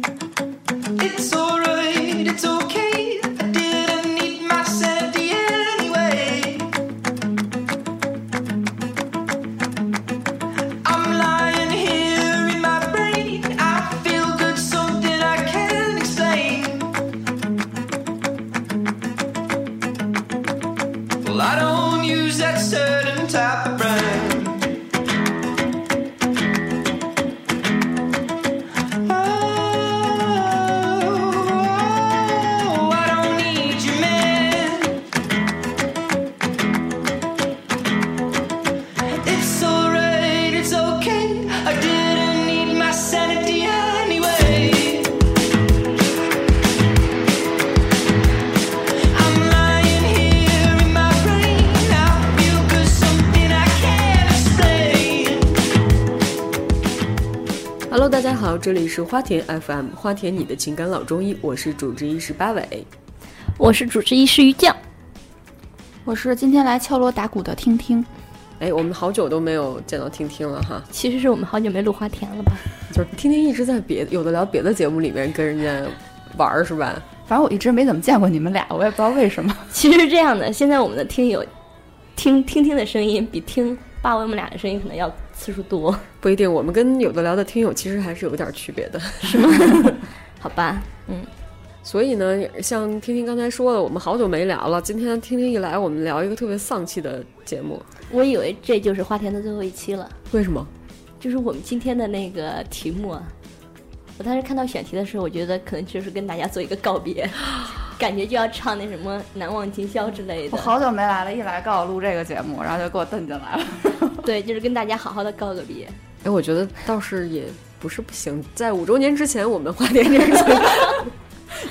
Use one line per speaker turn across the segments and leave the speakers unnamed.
It's alright, it's okay. I didn't need my sanity anyway. I'm lying here in my brain. I feel good, something I can't explain. Well, I don't use that certain type of brand. Oh, I don't need your man. It's alright, it's okay. I didn't need my sanity anyway. I'm lying here in my brain. I feel good, something I can't explain.
Hello，大家好，这里是花田 FM，花田你的情感老中医，我是主治医师八尾。
我是主治医师于酱。
我是今天来敲锣打鼓的听听，
哎，我们好久都没有见到听听了哈，
其实是我们好久没录花田了吧？
就是听听一直在别有的聊别的节目里面跟人家玩儿是吧？
反正我一直没怎么见过你们俩，我也不知道为什么。
其实是这样的，现在我们的听友听听听的声音比听爸我们俩的声音可能要次数多，
不一定，我们跟有的聊的听友其实还是有点区别的。
好吧？
所以呢，像听听刚才说的，我们好久没聊了。今天听听一来，我们聊一个特别丧气的节目，
我以为这就是花田的最后一期了，
为什么？
就是我们今天的那个题目啊。我当时看到选题的时候，我觉得可能就是跟大家做一个 告别，感觉就要唱那什么“难忘今宵”之类
我
的。
好久没来了，一来告我录这个节目，然后就给我蹬进来了。
对，就是跟大家好好的告个别。
哎，我觉得倒是也不是不行，在五周年之前，我们花店这个节目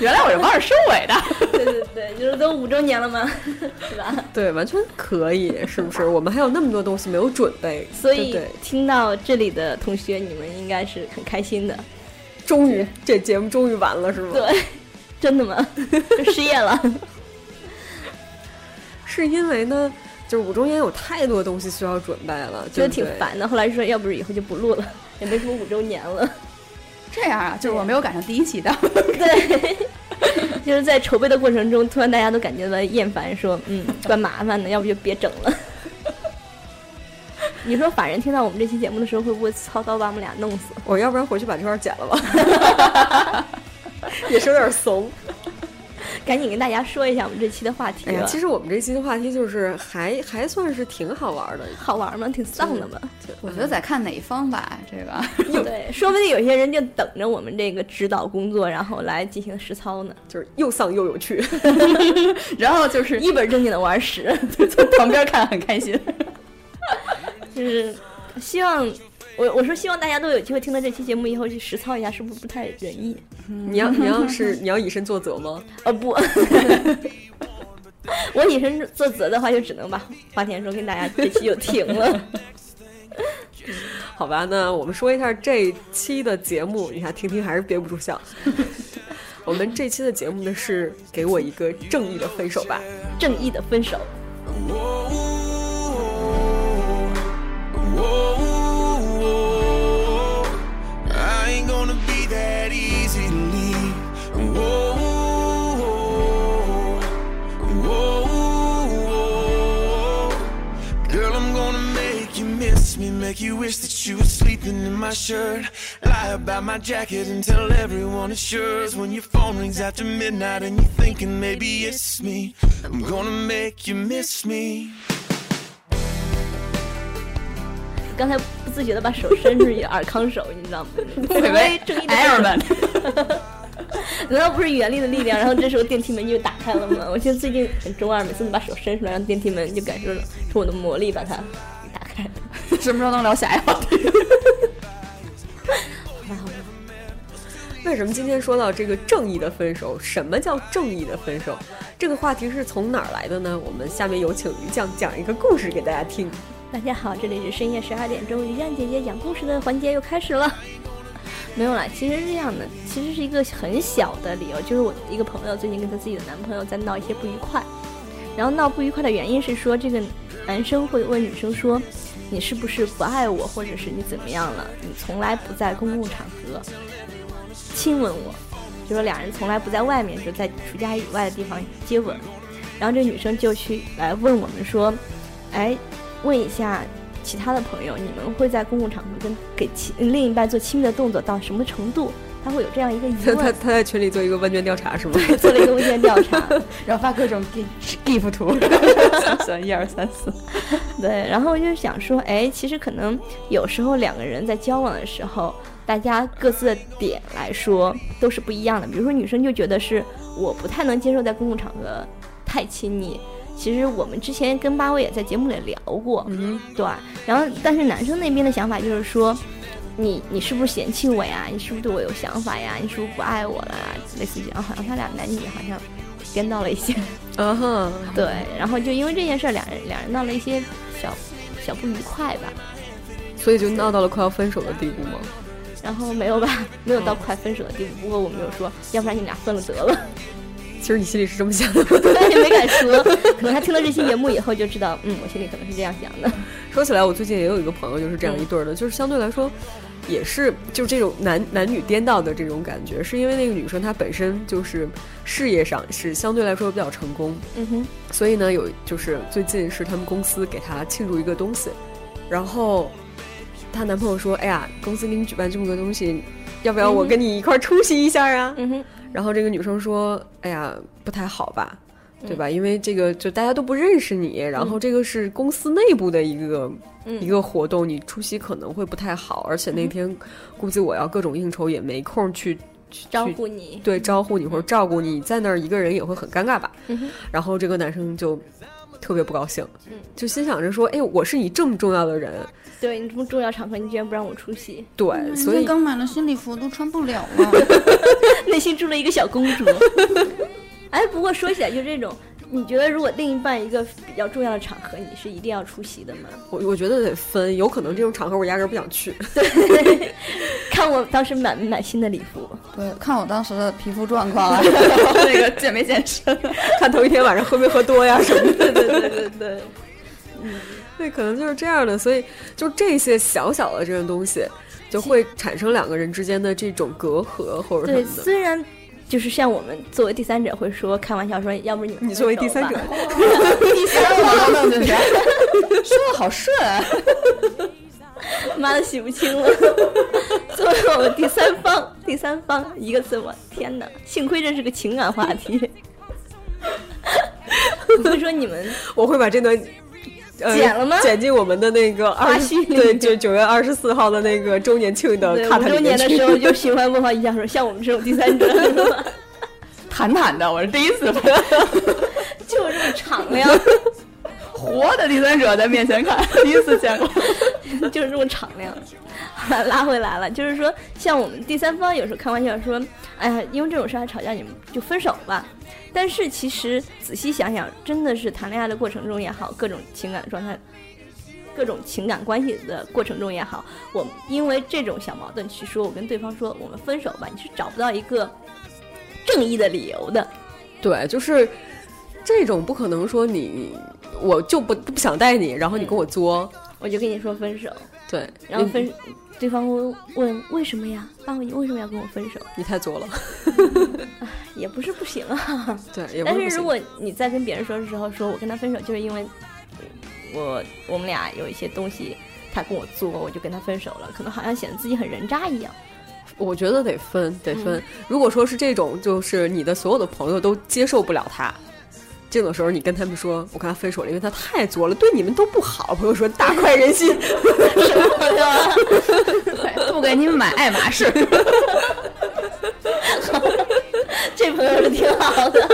原来我是帮着收尾的，
对对对，就是都五周年了嘛， 是吧？
对完全可以，是不是？我们还有那么多东西没有准备，
所
对
以
对
听到这里的同学，你们应该是很开心的，
终于这节目终于完了，是吗？
对， 真的 吗？就失业了，
是因为呢，就是五周年有太多东西需要准备了，
觉
对
得挺
不对。
烦的。后来说，要不是以后就不录 了，也没什么五周年了。
这样啊，就是我没有赶上第一期的。
对， 就是在筹备的过程中，突然大家都感觉到厌烦，说嗯，怪麻烦的，要不就别整 了。你说法人听到我们这期节目的时候，会不会操刀把我们俩弄死？
我要不然回去把这段剪了吧， 也是有点怂。
赶紧跟大家说一下我们这期的话题吧。
哎呀，其实我们这期的话题就是还还算是挺好玩的，
好玩吗？挺丧的吧？
我觉得在看哪一方吧，这个
对，说不定有些人就等着我们这个指导工作，然后来进行实操呢，
就是又丧又有趣。
然后就是
一本正经的玩屎，
从旁边看很开 心。
就是希望我我说希望大家都有机会听到这期节目以后去实操一下，是不是不太仁义？
你要你要是你要以身作则吗？
哦不， 我以身作则的话，就只能把花田说跟大家这期就停了。
好吧，那我们说一下这一期的节目，你看婷婷还是憋不住笑。我们这期的节目呢是给我一个正义的分手吧。
正义的分手，
Whoa, I ain't gonna be that easy to leave. Whoa, whoa, girl, I'm gonna make you miss me, make you wish that you were sleeping in my shirt. Lie about my jacket and tell everyone it's yours. When your phone rings after midnight and you're thinking maybe it's me, I'm gonna make you miss me.
刚才不自觉的把手伸出去， 尔康手，你知道吗？
伟 伟
正义的分手
，L 们，
难道不是原力的力量？然后这时候电梯门就打开了吗？ 我现在最近很中二，每次你把手伸出来，让电梯门就感受了，是我的魔力把它打开。
什么时候能聊下一 话题？
为什么今天说到这个正义的分手？什么叫正义的分手？这个话题是从哪儿来的呢？我们下面有请于酱讲一个故事给大家听。
大家好，这里是深夜十二点钟，于酱姐姐讲故事的环节又开始了。 没有啦，其实是这样的，其实是一个很小的理由，就是我一个朋友最近跟她自己的男朋友在闹一些不愉快，然后闹不愉快的原因是说，这个男生会问女生说：“你是不是不爱我，或者是你怎么样了？你从来不在公共场合亲吻我，就说俩人从来不在外面，就在除家以外的地方接吻。然后这女生就去来问我们说，哎，问一下其他的朋友，你们会在公共场合跟给亲另一半做亲密的动作到什么程度？她会有这样一个疑
他他
问，
他在群里做一个问卷调查是吗？
做了一个问卷调查。
然后发各种 gif gif 图，算一二三四，
对，然后就想说，哎，其实可能有时候两个人在交往的时候，大家各自的点来说都是不一样的。比如说女生就觉得是我不太能接受在公共场合太亲密。其实我们之前跟八位也在节目里聊过，
嗯，
对吧。然后，但是男生那边的想法就是说，你你是不是嫌弃我呀？你是不是对我有想法呀？你是不是不爱我了啊？类似于这样，好像他俩男女好像颠倒了一些。
啊哈，
对，然后就因为这件事儿，俩人俩人闹了一些小小不愉快吧，
所以就闹到了快要分手的地步吗？
然后没有吧，没有到快分手的地步。不过我没有说，要不然你们俩分了得了，
其实你心里是这么想的吗。
但也没敢说。 可能他听了这期节目以后就知道，嗯，我心里可能是这样想的。
说起来，我最近也有一个朋友就是这样一对儿的，就是相对来说，也是就这种男男女颠倒的这种感觉，是因为那个女生她本身就是事业上是相对来说比较成功，
嗯哼，
所以呢有就是最近是他们公司给她庆祝一个东西，然后她男朋友说：“哎呀，公司给你举办这么个东西，要不要我跟你一块儿出席一下啊？”
嗯哼，
然后这个女生说：“哎呀，不太好吧，
嗯
对吧？因为这个就大家都不认识你，然后这个是公司内部的一个、
嗯
一个活动，你出席可能会不太好，而且那天估计我要各种应酬，也没空去去
招
去
呼你。
对招呼你或者照顾你，你在那儿一个人也会很尴尬吧。
嗯哼
然后这个男生就特别不高兴，
嗯
就心想着说：“哎，我是你这么重要的人，
对你这么重要场合，你居然不让我出席，
对，所
嗯
以
刚买了新礼服都穿不了 了。
内心住了一个小公主。 哎，不过说起来就这种，你觉得如果另一半一个比较重要的场合，你是一定要出席的吗？
我我觉得得分，有可能这种场合我压根儿不想去。
看我当时买没买新的礼服。
对，看我当时的皮肤状 况啊，那个健没健身，
看头一天晚上喝没喝多呀什么 的。
对对对对。
对，可能就是这样的，所以就这些小小的这种东西，就会产生两个人之间的这种隔阂或者
对，
什么的。
虽然就是像我们作为第三者会说开玩笑说，要不你们
你作为
分
第
手
三
吧
者，，
第三了，弄这是，说的好顺啊，
妈的洗不 清了。作为我们第三方，第三方一个字，我天哪！幸亏这是个情感 话题。我会说 你们
我会把这段。呃、
剪了吗
剪进我们的那个
花
二
絮里
对，就九月二十四号的那个周年庆的
对
cut
五
呃
周
里
年
面
的
去
时。候就循环播放一下，说像我们这种第三者，
坦坦的，我是第一次
就有这么敞亮，
活的第三者在面前看，第一次见 过。
就是这么敞亮。 好了，拉回来了，就是说，像我们第三方有时候开玩笑说，哎呀，因为这种事儿还吵架，你们就分手吧。但是其实仔细想想，真的是谈恋爱的过程中也好，各种情感状态、各种情感关系的过程中也好，我们因为这种小矛盾去说，我跟对方说我们分手吧，你是找不到一个正义的理由的。
对，就是这种不可能说你我就不不想带你，然后你跟我作，
我就跟你说分手，
对，
然后
你
分，对方问问为什么呀？爸爸，你为什么要跟我分手？
你太作了，
也不是不行啊。
对，也不
但
是不
是
行
如果你在跟别人说的时候，说我跟他分手就是因为我我们俩有一些东西，他跟我作，我就跟他分手了，可能好像显得自己很人渣一样。
我觉得得分，得分。如果说是这种，就是你的所有的朋友都接受不了他，这种时候你跟他们说，我跟他分手了，因为他太作了，对你们都不好。朋友说大快人心，
不给你买爱马仕，
这朋友是挺好的，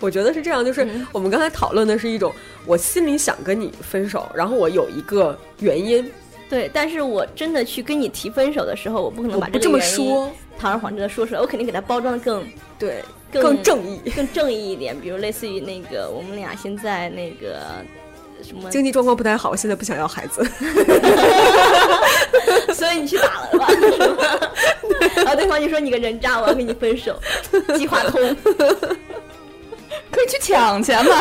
我觉得是这样。就是我们刚才讨论的是一种，我心里想跟你分手，然后我有一个原因，
对。但是我真的去跟你提分手的时候，我不可能
我
把
不
这
这
个
么
原因
说，
堂而皇之的说出来，我肯定给他包装的更
对，
更
更正义。
更正义一点，比如类似于那个我们俩现在那个什么，
经济状况不太好，我现在不想要孩子，
所以你去打了吧，是吧 然后对方就说你个人渣，我要跟你分手，计划通。
可以去抢钱嘛，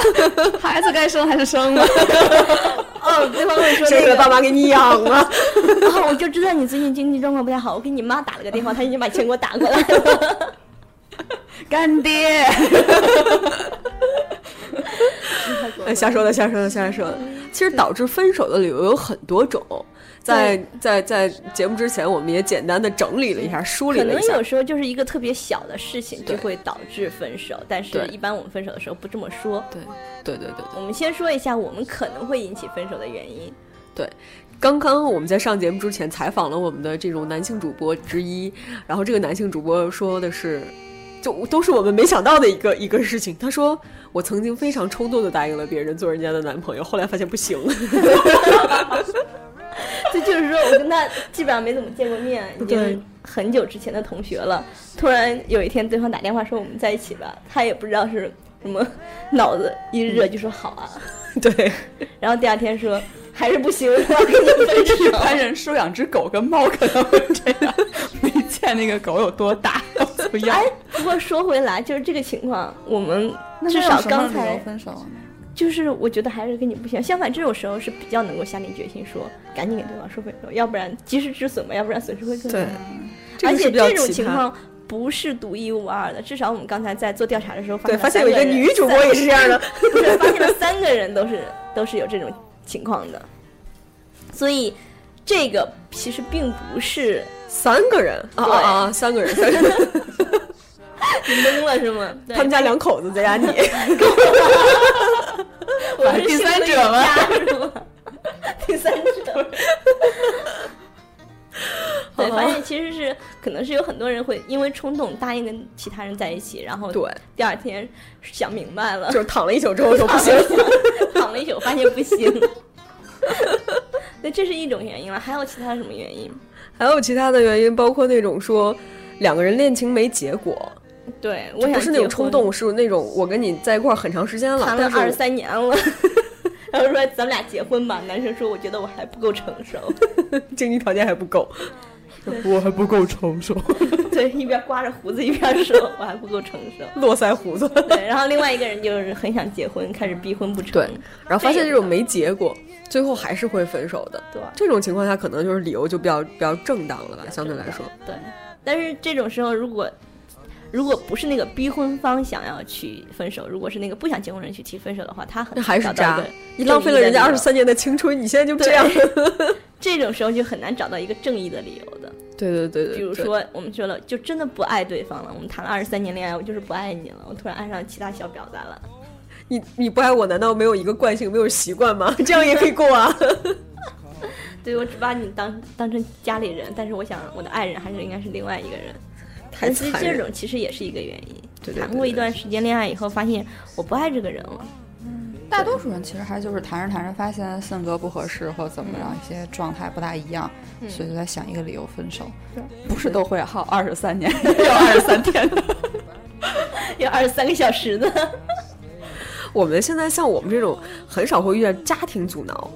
孩子该生还是生吧。
哦，了，对方会说
谁
这
给
个
他，爸妈给你养了？
然后我就知道你最近经济状况不太好，我给你妈打了个电话，她已经把钱给我打过来 了。
干爹，
哎瞎说的，瞎说的，瞎说的。其实导致分手的理由有很多种，在在在节目之前，我们也简单的整理了一下，梳理
可
了
能
一下
有。时候就是一个特别小的事情就
对
会导致分手，但是
对
一般我们分手的时候不这么说。
对对对对对。
我们先说一下我们可能会引起分手的原因。
刚刚我们在上节目之前采访了我们的这种男性主播之一，然后这个男性主播说的是，就都是我们没想到的一个一个事情。他说我曾经非常冲动的答应了别人做人家的男朋友，后来发现不行。
这就是说我跟他基本上没怎么见过面，已
对
经很久之前的同学了。突然有一天，对方打电话说我们在一起吧，他也不知道是什么，脑子一热就说好啊，
对，
然后第二天说还是不行，我要跟你分
一
手。
般人收养只狗跟猫可能会这样， 没见那个狗有多 大，不要
哎。，不过说回来，就是这个情况，我们
那
至
是
少
有什么
刚
理
才
由分手呢
就是我觉得还是跟你不行。相反，这种时候是比较能够下定决心说赶紧给对方说分手，要不然及时止损吧，要不然损失会更大。
对这
而
个是
且
比较
这种
奇
情
葩
况不是独一无二的，至少我们刚才在做调查的时候
对，发
发
现
现
有一个
三人
女主播也是这样的。
三不是发现了三个人都是都是有这种情况的，所以这个其实并不是
三个人啊啊啊！三个人， 三个人
懵了是吗？对
他们家两口子再加 你，
我是
第三者吗
吗？第三 者。对，发现其实是可能是有很多人会因为冲动答应跟其他人在一起，然后
对，
第二天想明白了，
就是躺了一宿之后说不行。
躺了一宿发现不行。那这是一种原因了，还有其他什么原因？
还有其他的原因，包括那种说两个人恋情没结果，
对，我
就
想
不是那
结
种冲
婚，
动，是那种我跟你在一块儿很长时间了，
谈了
但是
二十三年了，然后说咱们俩结婚吧。男生说我觉得我还不够成熟，
经济条件还不够，我还不够成熟，
对，一边刮着胡子一边说我还不够成熟。
络腮胡子。
对，然后另外一个人就是很想结婚，开始逼婚不成。
对，然后发现这种没结果，最后还是会分手的。
对
这种情况下，可能就是理由就比较比较正当了吧，相对来说。
对，但是这种时候，如果如果不是那个逼婚方想要去分手，如果是那个不想结婚的人去提分手的话，他很
那还是
找到
渣
一个，
你浪费了人家
正义的
二
理
十
由
三年的青春，你现在就
对
这 样。
这种时候就很难找到一个正义的理由的。
对对对对，
比如
对
说，我们说了，就真的不爱对方了。我们谈了二十三年恋爱，我就是不爱你了，我突然爱上其他小婊子了。
你你不爱我，难道没有一个惯性，没有习惯吗？ 这样也可以过 啊。
对我只把你当当成家里人，但是我想我的爱人还是应该是另外一个人。
太
但是
残
这
忍了。
种其实也是一个原因。
对对
谈
对
过一
对
段时间恋爱以后，发现我不爱这个 人了。
大多数人其实还就是谈着谈着发现性格不合适或怎么样，一些状态不大一样，所以就在想一个理由分手。不是都会耗二十三 年，有二十三天的。
有二十三个小时 呢。
我们现在像我们这种，很少会遇见家庭阻挠，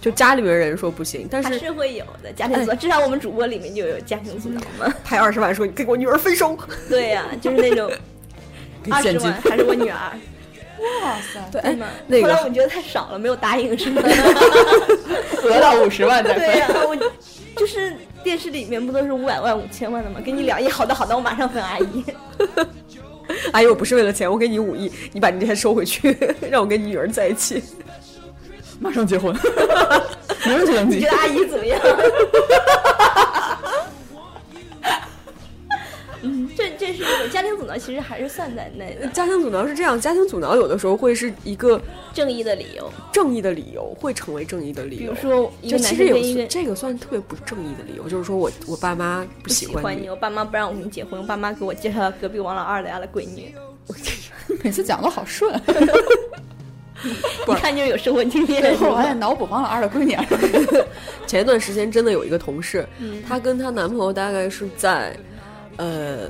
就家里面人说不行，但
还
是哎
是会有的家庭阻挠，至少我们主播里面就有家庭阻挠 嘛。
拍二十万说你跟我女儿分 手，
对呀、就是 那种二十
现金
万还是我女儿，
哇塞，对，
对吗？
哎那个
后来我觉得太少了，没有答应 是吗？
额到五十万再
对
分。
呀、我就是电视里面不都是五百万、五千万的吗？跟你两亿，好的好的，我马上分阿姨。
阿姨哎我不是为了钱，我给你五亿，你把你这钱收回去， 让我跟你女儿在一起。
马上结婚，马上就登
你觉得阿姨怎么样？ 嗯，这这是一种家庭阻挠，其实还是算在内的
家庭阻挠是这样，家庭阻挠有的时候会是一个
正义的理由。
正义的理由，会成为正义的理
比
由。
如说，一
就
个
其实
男生
有
跟一个
这个算特别不正义的理由，就是说我我爸妈不喜
不喜欢
你
你，，我爸妈不让我跟你结婚，我爸妈给我介绍了隔壁王老二的家的闺女，
每次讲的好顺，
一看就是有生活经验。
然后我还得脑补王老二的闺女儿。
前一段时间真的有一个同事，她跟她男朋友大概是在，呃，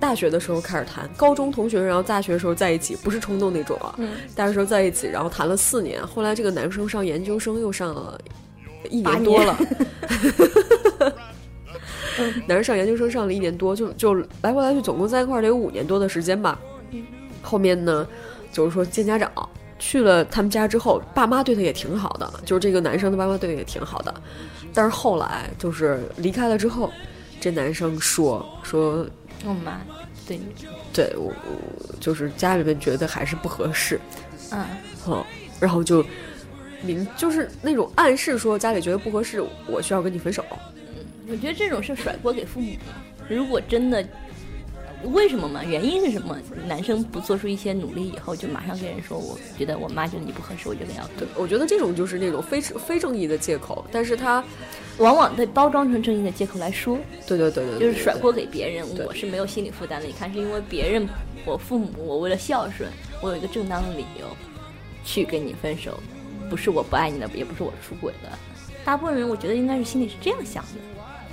大学的时候开始谈，高中同学，然后大学的时候在一起，不是冲动那种啊，
嗯
大学时候在一起，然后谈了四年，后来这个男生上研究生又上了一
八
年多了。男生上研究生上了一年多，就就来回来去，总共在一块儿得有五年多的时间吧。后面呢，就是说见家长，去了他们家之后，爸妈对他也挺好的，就是这个男生的爸妈对他也挺好的。但是后来就是离开了之后，这男生说说，
我妈对你，
对我我就是家里面觉得还是不合适，
嗯，
嗯，然后就明就是那种暗示说家里觉得不合适，我需要跟你分手。
我觉得这种是甩锅给父母。如果真的，为什么嘛？原因是什么？男生不做出一些努力以后，就马上跟人说，我觉得我妈觉得你不合适，我觉得要对。
我觉得这种就是那种非非正义的借口，但是他
往往被包装成正义的借口来说，
对对对对对，
就是
对
甩
对
锅给别人，
对
我是没有心理负担的。你看，是因为别人，我父母，我为了孝顺，我有一个正当的理由去跟你分手，不是我不爱你了，也不是我出轨了。大部分人我觉得应该是心里是这样想的。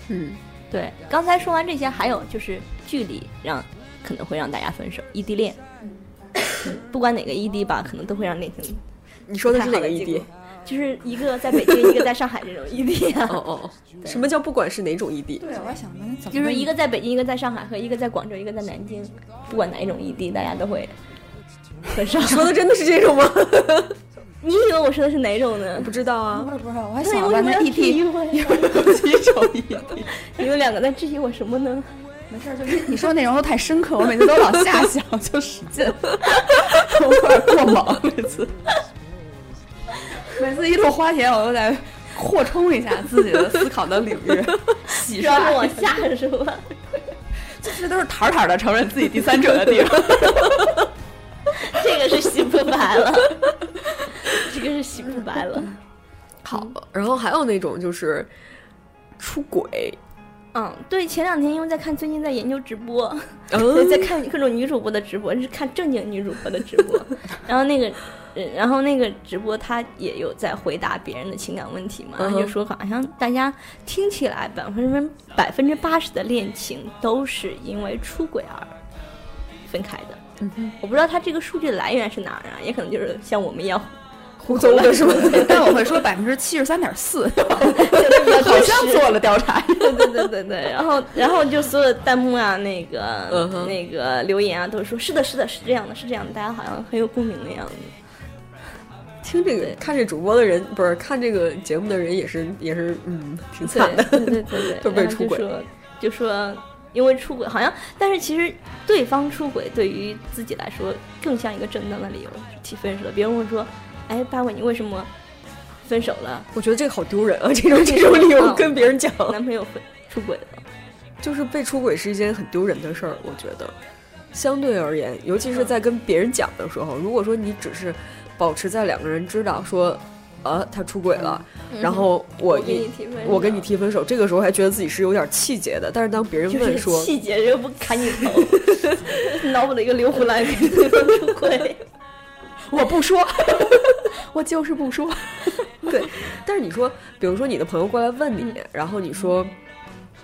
嗯，
对，刚才说完这些，还有就是距离让可能会让大家分手，异地恋，嗯 不管哪个异地吧，可能都会让恋情
你说的是哪个 E 异
不太好的结
地
果？？就是一个在北京，一个在上海这种异地 啊。
哦 哦，哦什么叫不管是哪种 E 异地？
对，我还想问你怎么
就是一个在北京，一个在上海和一个在广州，一个在南京，不管哪一种异地，大家都会很上。
说的真的是这种吗？
你以为我说的是哪种呢？
不知道啊
我，也不知道，我还
对，
想
为什
问
么
那
要
E 异
质疑
地
我呀？
几种异地？
你们两个在质疑我什么呢？
没事，就是你说的内容都太深刻，我每次都往下想， 就使劲，我有点过猛，每次，每次一落花田，我都在扩充一下自己的思考的领域，洗
主
刷
要是往下是吧？
这都是坦坦的承认自己第三者的地方。
这个是洗不白了，这个是洗不白了。
好。
嗯
然后还有那种就是出轨，
嗯，对，前两天因为在看，最近在研究直播，
嗯，
在看各种女主播的直播，是看正经女主播的直播。 然后那个，呃然后那个直播，她也有在回答别人的情感问题嘛，她
嗯哼
就说好像大家听起来百分之百分之八十的恋情都是因为出轨而分开的。
嗯
我不知道她这个数据来源是哪儿啊，也可能就是像我们 一样
胡诌的是吗？
但我会说百分之七十三点四，
好
好像做了调查。
对对对对对，然后然后就所有弹幕啊，那个、
嗯哼
那个留言啊，都说是的，是的，是这样的，是这样的，大家好像很有共鸣的样子。
听这个看这主播的人，不是看这个节目的人也是也是，嗯，挺惨的。
对对对对对，
都被
然后
出轨
就说就说因为出轨，好像但是其实对方出轨对于自己来说更像一个正当的理由提分手的。别人问说，哎，八尾你为什么分手了？
我觉得这个好丢人啊！这种这种理由
嗯
跟别人讲，
男朋友分出轨了。
就是被出轨是一件很丢人的事儿。我觉得，相对而言，尤其是在跟别人讲的时候，如果说你只是保持在两个人知道说，呃，他出轨了，然后我
嗯我给你
一
提分手，
我跟你提分手，这个时候还觉得自己是有点气节的。但是当别人
就是
问说，
细节又不砍你 头，脑补了一个刘胡兰给对方出轨。
我不说，我就是 不说。
对，但是你说，比如说你的朋友过来问你，
嗯
然后你说，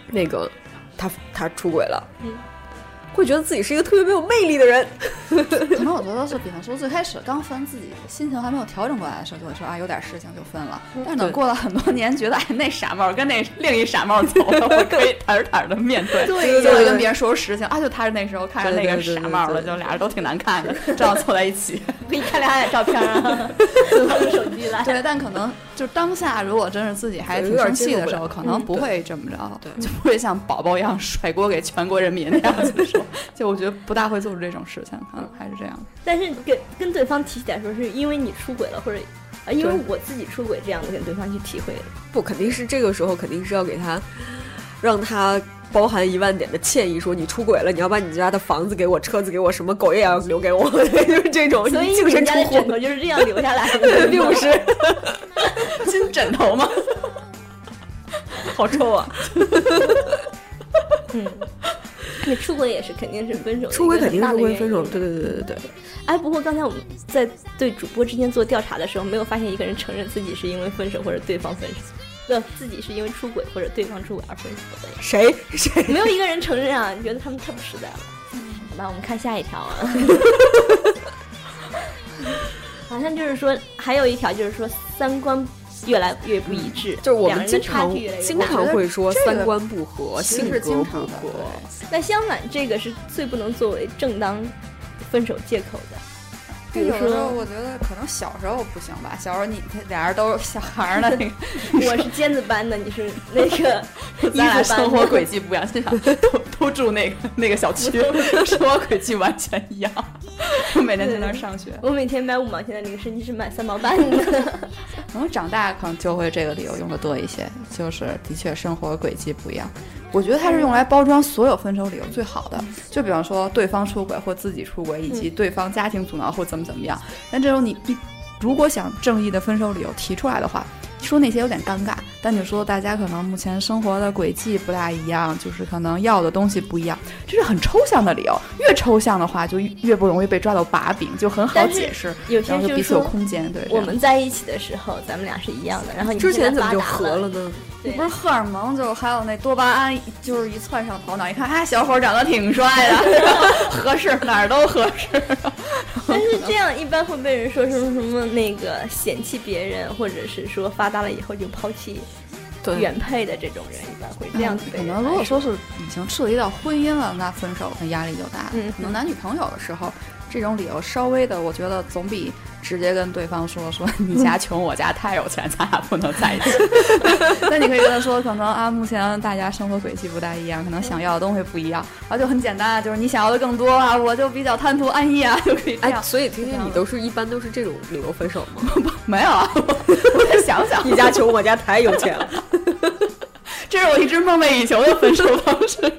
那个他他出轨了，
嗯
会觉得自己是一个特别没有魅力的人。
可能我觉得是，比方说最开始刚分，自己心情还没有调整过来的时候，就会说啊有点事情就分了。
嗯
但是等过了很多年，觉得哎那傻帽跟那另一傻帽走了，我 可以坦儿坦儿的面对。
对
就
对
会
对
跟别人说实情啊，就他是那时候看上那个傻帽了，就俩人都挺难看的，正好凑在一起。
我 给你看俩俩照片啊，拿出手机来。
对，但可能就当下，如果真是自己还
对
挺
有点
生气
接受
的
不
时
了嗯
候，可能不
对
会这么着，就不会像宝宝一样 甩锅给全国人民那样子说。就我觉得不大会做出这种事情，可能还是这样。
但是跟跟对方提起来说，是因为你出轨了，或者啊，因为我自己出轨这样的跟对方去体会。
不，肯定是这个时候肯定是要给他，让他包含一万点的歉意，说你出轨了，你要把你家的房子给我，车子给我，什么狗也要留给我， 就是这种，
所以
净
你
身
们
出
家的 枕
户。
头就是这样留下来的，
并不是，
金枕头吗？
好臭 啊！
你嗯出轨也是肯定是分手的一个很大的原 因，
出轨肯定是会分手，对对对对对。
哎，不过刚才我们在对主播之间做调查的时候，没有发现一个人承认自己是因为分手或者对方分手，呃，自己是因为出轨或者对方出轨而分手的呀，
谁谁
没有一个人承认啊！你觉得他们太不实在了。好吧，我们看下一条啊。 好像就是说，还有一条就是说，三观越来越不一致，
嗯就是我
两
们
人的
经
差
常
距越来越大
经常会说
这个
三观不合，
其实
性格
是经
不
常的
合，
对
那相反，这个是最不能作为正当分手借口的。比如
但有的时候
说
我觉得可能小时候不行吧，小时候你俩人都是小孩儿了， 那个
我是尖子班的，你是那个衣服
咱俩
班
生活
的，
轨迹不一样，就想都都住那个那个小 区，生活轨迹完全一样。 我每天在那儿上学，
我每天买五毛钱的零食，你是买三毛半的。
可能长大可能就会这个理由用的多一些，就是的确生活轨迹不一样。我觉得它是用来包装所有分手理由最好的，
嗯
就比方说对方出轨或自己出轨，以及对方家庭阻挠或怎么怎么样。但这种你你如果想正义的分手理由提出来的话，说那些有点尴尬。但你说大家可能目前生活的轨迹不大一样，就是可能要的东西不一样，这是很抽象的理由。越抽象的话，就越越不容易被抓到把柄，就很好
但是
解释，
有些
然后
就
就是彼此有
说
空间。对，这
我
样
们在一起的时候，咱们俩是一样的，然后你
之
现在
前怎么就
发达
合了呢？
对
不是荷尔蒙，就还有那多巴胺，就是一窜上头脑，一看，哎，小伙儿长得挺帅 的，合适，哪儿都合适。
但是这样一般会被人说什么什么那个嫌弃别人，或者是说发达了以后就抛弃
对，
原配的这种人，一般会这样子被
嗯可
人
能
来
如果说是已经涉及到婚姻了，那分手那压力就大了。
嗯
可能男女朋友的时候，这种理由稍微的，我觉得总比直接跟对方说说你家穷，我家太有钱，咱俩不能在一起。 那你可以跟他说，可能啊，目前大家生活轨迹不大一样，可能想要的东西不一样，然后就很简单啊，就是你想要的更多啊，我就比较贪图安逸啊，就可以这样。
哎，所以听听你都是一般都是这种理由分手吗？
没有啊， 我再想想，
你家穷，我家太有钱了。
这是我一直梦寐以求的分手方式。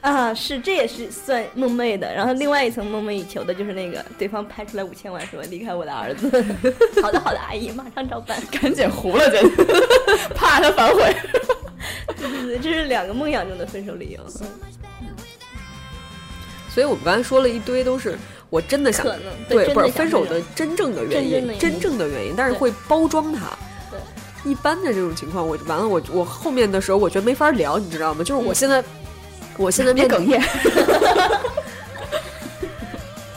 啊，是这也是算梦寐的。然后另外一层梦寐以求的就是那个对方拍出来五千万说离开我的儿子。 好的好的，阿姨马上照办。
赶紧糊了，姐， 怕他反悔。
这是两个梦想中的分手理由，
所以我们刚才说了一堆都是我真的想
可能
对，
真
不
的
是
想
分手的真正的原
真正的
因，
原因
真正的原因，但是
对
会包装它。
对
一般的这种情况，我完了，我我后面的时候，我觉得没法聊，你知道吗？
嗯
就是我现在，我现在 面对，
咽，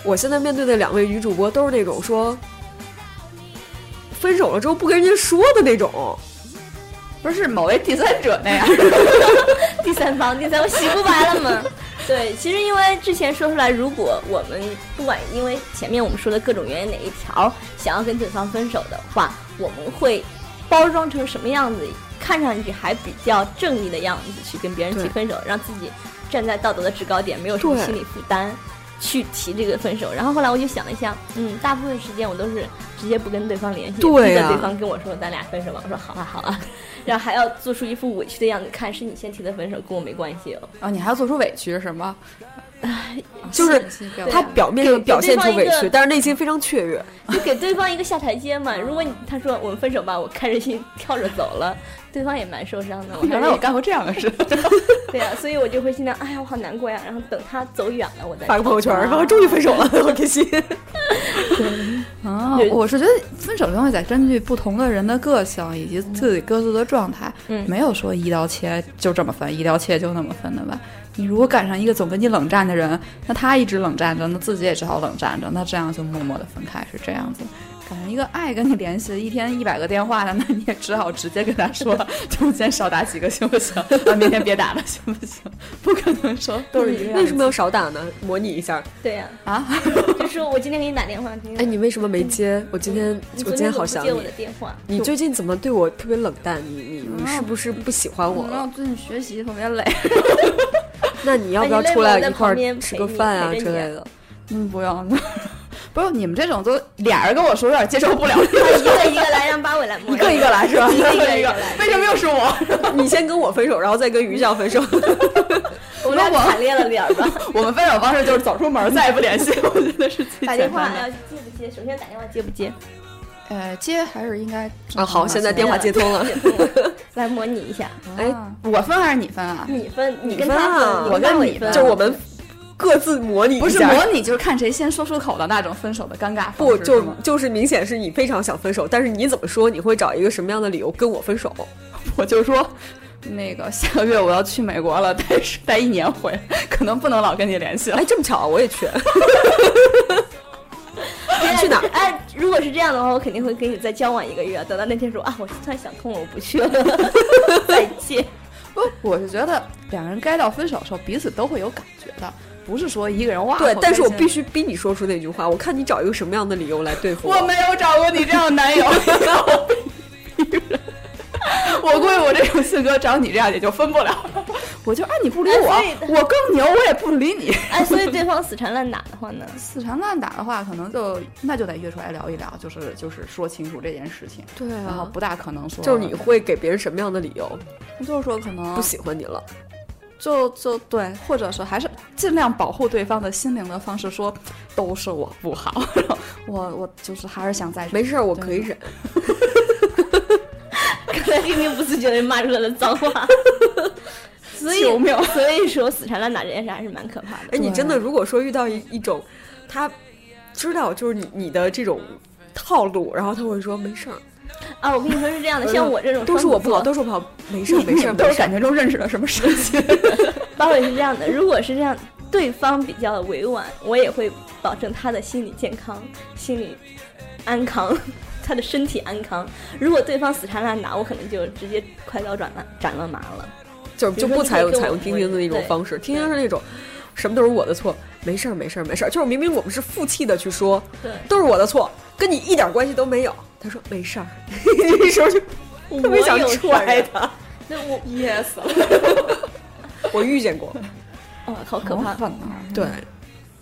我现在面对的两位女主播都是那种说分手了之后不跟人家说的那
哦
种，
不是某位第三者那样。
第三方，第三方洗不白了吗？ 对，其实因为之前说出来，如果我们不管因为前面我们说的各种原因哪一条想要跟对方分手的话，我们会包装成什么样子，看上去还比较正义的样子去跟别人提
对
分手，让自己站在道德的制高点，没有什么
对
心理负担。去提这个分手，然后后来我就想了一下，嗯，大部分时间我都是直接不跟对方联系，
对啊
逼着
呀
对方跟我说咱俩分手吧，我说好啊好 啊，然后还要做出一副委屈的样子，看是你先提的分手，跟我没关系哦。
啊，你还要做出委屈是吗？
就是她表面上
给
表现
对方
出
一
委
个
屈，但是内心非常雀跃。
就给对方一个下台阶嘛。如果你他说啊我们分手吧，我开着心跳着走了，对方也蛮受伤 的。我
原来我干过这样的事，
对啊，所以我就会心想，哎呀，我好难过呀。然后等他走远了，我再
发个朋友圈，然 后终于分手了，好开心。
啊，我是觉得分手这东西得根据不同的人的个性以及自己各自的状态，
嗯
没有说一刀切就这么分，一刀切就那么分的吧。你如果赶上一个总跟你冷战的人，那他一直冷战着，那自己也只好冷战着，那这样就默默的分开是这样子。赶上一个爱跟你联系一天一百个电话的，那你也只好直接跟他 说，中间少打几个行不行？啊，明天别打了行不行？不可能说 都是一个样
为
子。
什么要少打呢？模拟一下。
对呀、
啊？
就说我今天给你打电话，今天
哎，你为什么没接？我今天
嗯你
我
昨
今天
怎么
好
不
想
接
你
我。的嗯电话，
你最近怎么对我特别冷淡？你你你是不是不喜欢
嗯
我
我
了？
最近学习特别累。
那你要不要
那你累
出
吗
来
我在
一块
旁边
儿吃
陪
个
你
饭啊
陪着
之
你
类的？
嗯，不用。
不是你们这种都俩人跟我说有点接受不了，
一个一个来，让八尾来摸，
一个一个来是吧？
一个一个
一
一
个
个来，
为什么又是我？
你先跟我分手，然后再跟于酱分 手。
我们俩惨烈了点儿吧。
我们分手方式就是走出门，再也不联系，我觉得是最
打电
简
话啊
单的。
要接不接？首先打电话接不接？
呃，接还是应该
啊，好，现在电话接通 了。
来模拟一下，
啊
哎，
我分还是你分啊？
你分，你
你
跟
分
他
啊我
分，跟八
跟
尾
你
分，
就是我们各自模拟一
不是
下。
模拟，就是看谁先说出口的那种分手的尴尬方
不
式
就是
吗
就是明显是你非常想分手，但是你怎么说？你会找一个什么样的理由跟我分手？
我就说
那个下
个月我要去美国了， 待是待一年回，可能不能老跟你联系了。
哎，这么巧，我也 去。
哎
去哪 儿
哎，如果是这样的话，我肯定会跟你再交往一个月。等到那天说啊，我突然想通了，我 不去了，再见。
不，我是觉得两个人该到分手的时候，彼此都会有感觉的。不是说一个人哇。
对
好，
但是我
开
必
心
须逼你说出那句话，我看你找一个什么样的理由来对付
我没有找过你这样的男 友， 我估计我这种性格找你这样也就分不了了。我
啊
就按你不理我，
哎所
我更牛，我也不理你。
哎，所以对方死缠烂打的话呢，
死缠烂打的话，可能就那就得约出来聊一聊，就是就是说清楚这件事情。
对啊
然后，
哦
不大可能说，
就是你会给别人什么样的理由？
就是说可能
不喜欢你了，
就就对，或者说还是尽量保护对方的心灵的方式，说都是我不好，然后我我就是还是想再
没事儿，我可以忍。
刚才丁丁不自觉的骂出来了脏 话。所以，所以说死缠烂打这件事还是蛮可怕
哎，
的。
你真的如果说遇到一一种，他知道就是你你的这种套路，然后他会说没事儿，
啊，我跟你说是这样的，像我这种
嗯都是我不好，
双
都
子座
是我不好，没事儿没事 儿
都
没
是
事儿
感。觉中认识了什么事情？
八尾是这样的，如果是这样，对方比较委婉，我也会保证他的心理健康、心理安康， 他的身体安康。如果对方死缠烂打，我可能就直接快刀斩乱斩乱麻了。
就是就
比如
不
说
采用
你会跟
采
我
用听听的那种
对
方式，听听是那种什么都是我的错，没事儿没事儿没事儿，就是明明我们是负气的去说，
对
都是我的错，跟你一点关系都没有。他说没事儿， 这时候就特
特
别想踹。他。
啊那我
我遇见过，
哦，好可怕！
狠啊！
对。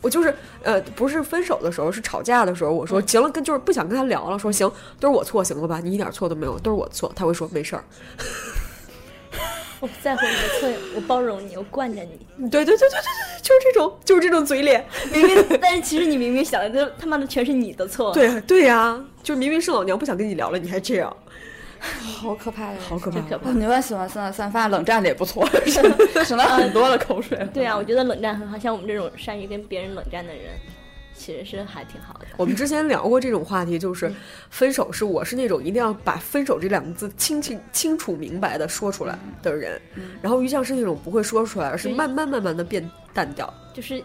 我就是呃，不是分手的时候，是吵架的时候。我说行了，跟就是不想跟他聊了。说行，都是我错，行了吧？你一点错都没有，都是我错。他会说没事儿。
我不在乎你的脆，我包容你，我惯着你。
对对对对对对，就是这种，就是这种嘴脸。
明明， 但是其实你明明想的，这他妈的全是你的错。，
对对呀、就是明明是老娘不想跟你聊了，你还这样，
好可怕呀！
好可怕
真！可怕
哦。你们喜欢散散发冷战的也不错， 省了很多的口水。
对啊，我觉得冷战很好，像我们这种善于跟别人冷战的人，其实是还挺好的。
我们之前聊过这种话题，就是分手是我是那种一定要把分手这两个字清清清楚明白的说出来的人，然后于酱是那种不会说出来，而是
对
慢慢慢慢的变淡掉。
就是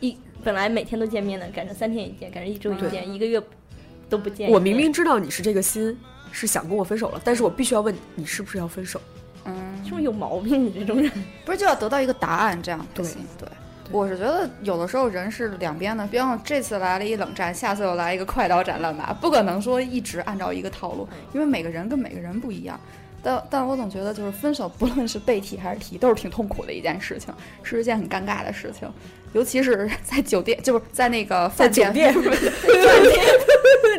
一本来每天都见面的，改成三天一见，改成一周一
对
见，一个月都不见一面。
我明明知道你是这个心，是想跟我分手了，但是我必须要问你是不是要分手。
嗯
是，不是有毛病？你这 种人，
不是就要得到一个答案，这样才
对
行。对，
对
我是觉得有的时候人是两边的，比方说这次来了一冷战，下次又来一个快刀斩乱麻，不可能说一直按照一个套路
嗯，
因为每个人跟每个人不一样。但但我总觉得就是分手，不论是被提还是提，都是挺痛苦的一件事情，是一件很尴尬的事情，尤其是在酒店，就是在那个
在
饭
酒
店
店，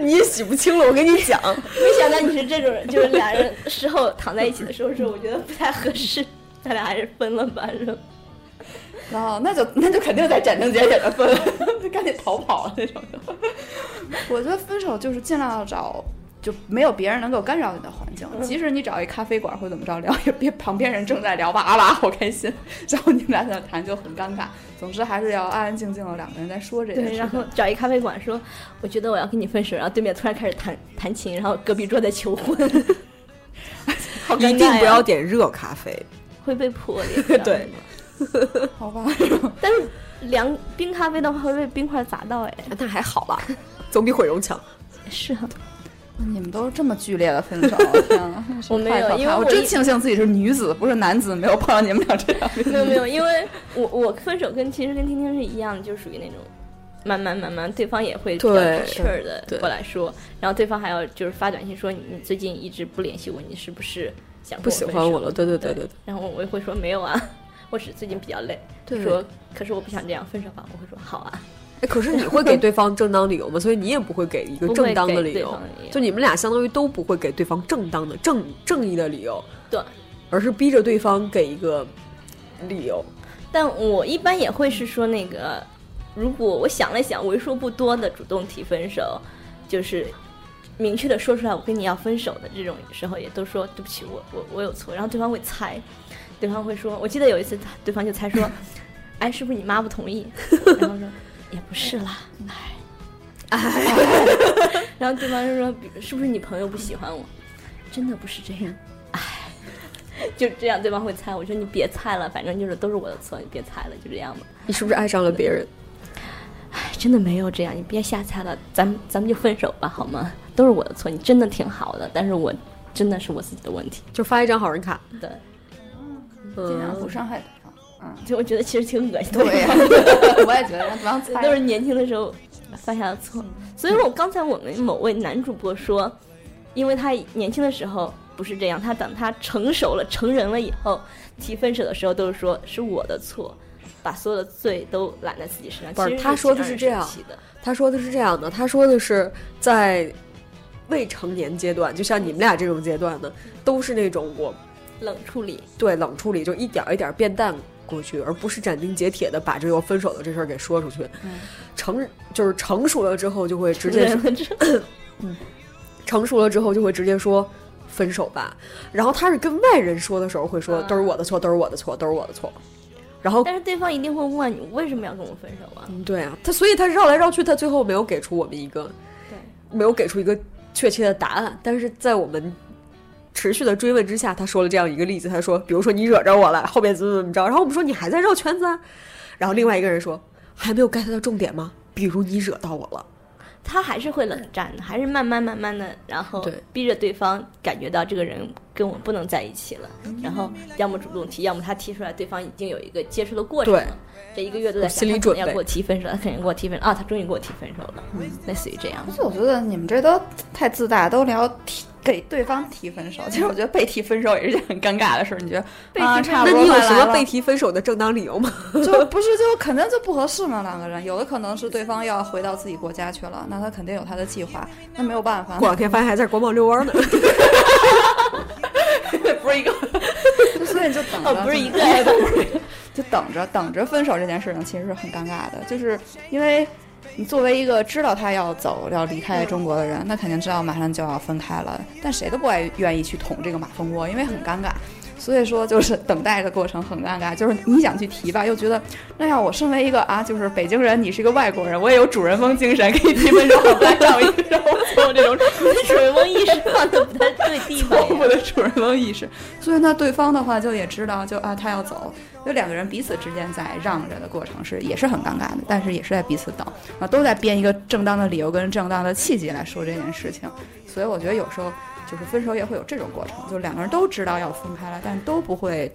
你也洗不清了。我跟你讲，
没想到你是这种人，就是俩人事后躺在一起的时候说，我觉得不太合 适，咱俩还是分了吧，是吧？
然后哦那就那就肯定在斩钉截铁的分， 就赶紧逃跑那种的。 我觉得分手就是尽量要找就没有别人能够干扰你的环境，即使你找一咖啡馆或怎么着聊， 也别旁边人正在聊哇哇好开心， 然后你们俩在那谈就很尴尬。总之还是要安安静静的两个人在说这件事
对，
情。
然后找一咖啡馆说，我觉得我要跟你分手，然后对面突然开始弹弹琴，然后隔壁桌在求婚，好尴尬 呀
一定不要点热咖啡。
会被泼 脸。
对，
好吧，
但是凉冰咖啡的话会被冰块砸到，哎，
啊那还好吧， 总比毁容强。
是啊，
你们都是这么剧烈的分手，天啊
我没有
太可怕
因为我
我
一
真庆幸自己是女子，不是男子，没有碰到你们俩这 样。
没有没有，因为我 我分手跟其实跟天天是一样的，就属于那种慢慢慢慢，对方也会比较
对
有气儿的
对
过来说，然后对方还要就是发短信说你你最近一直不联系我，你是不是想
不
跟
喜
分
欢我
手
了，对对对
对
对
然后我也会说没有啊， 我只是最近比较累。
对
说可是我不想这样，分手吧。我会说好啊。
哎，可是你会给对方正当理由吗？所以你也不会给一个
不会
正当的
给
理
对
由
方理由，
就你们俩相当于都不会给对方正当的正正义的理由，
对，
而是逼着对方给一个理由。
但我一般也会是说那个，如果我想了想，为数不多的主动提分手，就是明确的说出来我跟你要分手的这种时候，也都说对不起，我我我有错，然后对方会猜，对方会说，我记得有一次对方就猜 说，哎，是不是你妈不同意？然后说也不是啦，哎， 哎，然后对方就说比是不是你朋友不喜欢我？真的不是这样，哎，就这样，对方会猜。我说你别猜了，反正就是都是我的错，你别猜了，就这样吧。
你是不是爱上了别人？
哎，真的没有这样，你别瞎猜了，咱们咱们就分手吧，好吗？ 都是我的错，你真的挺好的，但是我
嗯
真的是我自己的问题。
就发一张好人卡，
对，
尽量
嗯，
不伤害对方。
就我觉得其实挺恶心的。
对呀、 我也觉得让对方
都是
猜。
年轻的时候犯下的错。所以我刚才我们某位男主播说，因为他年轻的时候不是这样，他等他成熟了、成人了以后，提分手的时候都是说是我的错，把所有的罪都揽在自己身上。
不是
其实
他说的
挺让人
是这样
生气的，
他说的是这样的，他说的是在未成年阶段，就像你们俩这种阶段的，都是那种我
冷处理。
对冷处理，就一点儿一点儿变淡过去，而不是斩钉截铁的把这个分手的这事儿给说出去。成就是成熟了之后，就会直接
人
说
了之后
成熟了之后就会直接说分手吧。然后他是跟外人说的时候会说
嗯
都是我的错，都是我的错，都是我的错。然后
但是对方一定会问你为什么要跟我分手啊？
嗯，对啊，他所以他绕来绕去，他最后没有给出我们一个，
对，
没有给出一个确切的答案。但是在我们持续的追问之下，他说了这样一个例子，他说，比如说你惹着我了，后面怎么怎么着，然后我们说你还在绕圈子啊，然后另外一个人说还没有 get 到重点吗？比如你惹到我了，
他还是会冷战的，还是慢慢慢慢的，然后
对
逼着对方感觉到这个人跟我不能在一起了，然后要么主动提，要么他提出来，对方已经有一个接触的过程
对
了。这一个月都在
有
想
心理
他可能
准
要
备
给我提分手，他肯定给我提分手啊，他终于给我提分手了，类似于这样。
所以我觉得你们这都太自大，都聊提给对方提分手。其实我觉得被提分手也是件很尴尬的事儿。你觉得
被
啊，
提分
差
那
不多
你有
快
什
来
么
了
被提分手的正当理由吗？
就不是就肯定就不合适嘛，两个人有的可能是对方要回到自己国家去了，那他肯定有他的计划，那没有办法
过，两天发现还在国贸遛弯呢。
不是一个
就所以就 等着，
哦，不是一个，
就等着等着分手这件事情其实是很尴尬的，就是因为你作为一个知道他要走要离开中国的人，那肯定知道马上就要分开了，但谁都不爱愿意去捅这个马蜂窝，因为很尴尬。所以说，就是等待的过程很尴尬，就是你想去提吧，又觉得那要我身为一个啊，就是北京人，你是一个外国人，我也有主人翁精神，可以提分手，我来找一个让我有这种
主人翁意识放的不太对地啊方
错误
呀。
的主人翁意识。所以那对方的话就也知道，就啊他要走，就两个人彼此之间在让着的过程是也是很尴尬的，但是也是在彼此等啊，都在编一个正当的理由跟正当的契机来说这件事情。所以我觉得有时候就是分手也会有这种过程，就两个人都知道要分开了，但都不会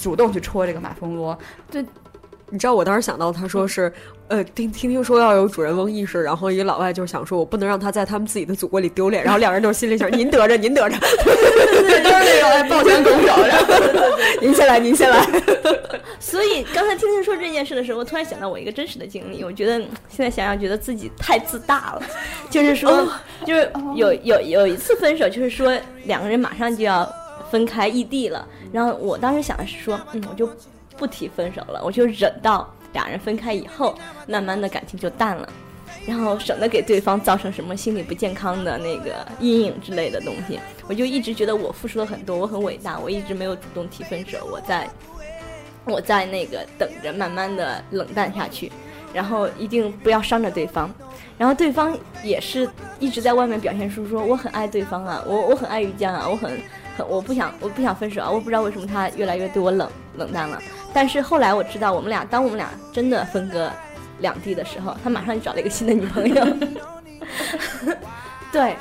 主动去戳这个马蜂窝。
你知道我当时想到，他说是，呃，听听听说要有主人翁意识，然后一老外就是想说，我不能让他在他们自己的祖国里丢脸，然后两人就心里想，您得着，您得着，
对，都是那种哎抱拳拱手，然后
您先来，您先来。
所以刚才听听说这件事的时候，我突然想到我一个真实的经历，我觉得嗯现在想想觉得自己太自大了， 就是说，就是有有有一次分手，就是说两个人马上就要分开异地了，然后我当时想的是说，嗯，我就不提分手了，我就忍到俩人分开以后，慢慢的感情就淡了。然后省得给对方造成什么心理不健康的那个阴影之类的东西，我就一直觉得我付出了很多，我很伟大，我一直没有主动提分手，我在我在那个等着，慢慢的冷淡下去，然后一定不要伤着对方。然后对方也是一直在外面表现出说我很爱对方啊，我我很爱于江啊，我很很我不想我不想分手啊，我不知道为什么他越来越对我冷冷淡了。但是后来我知道，我们俩当我们俩真的分割两地的时候，他马上就找了一个新的女朋友。 对，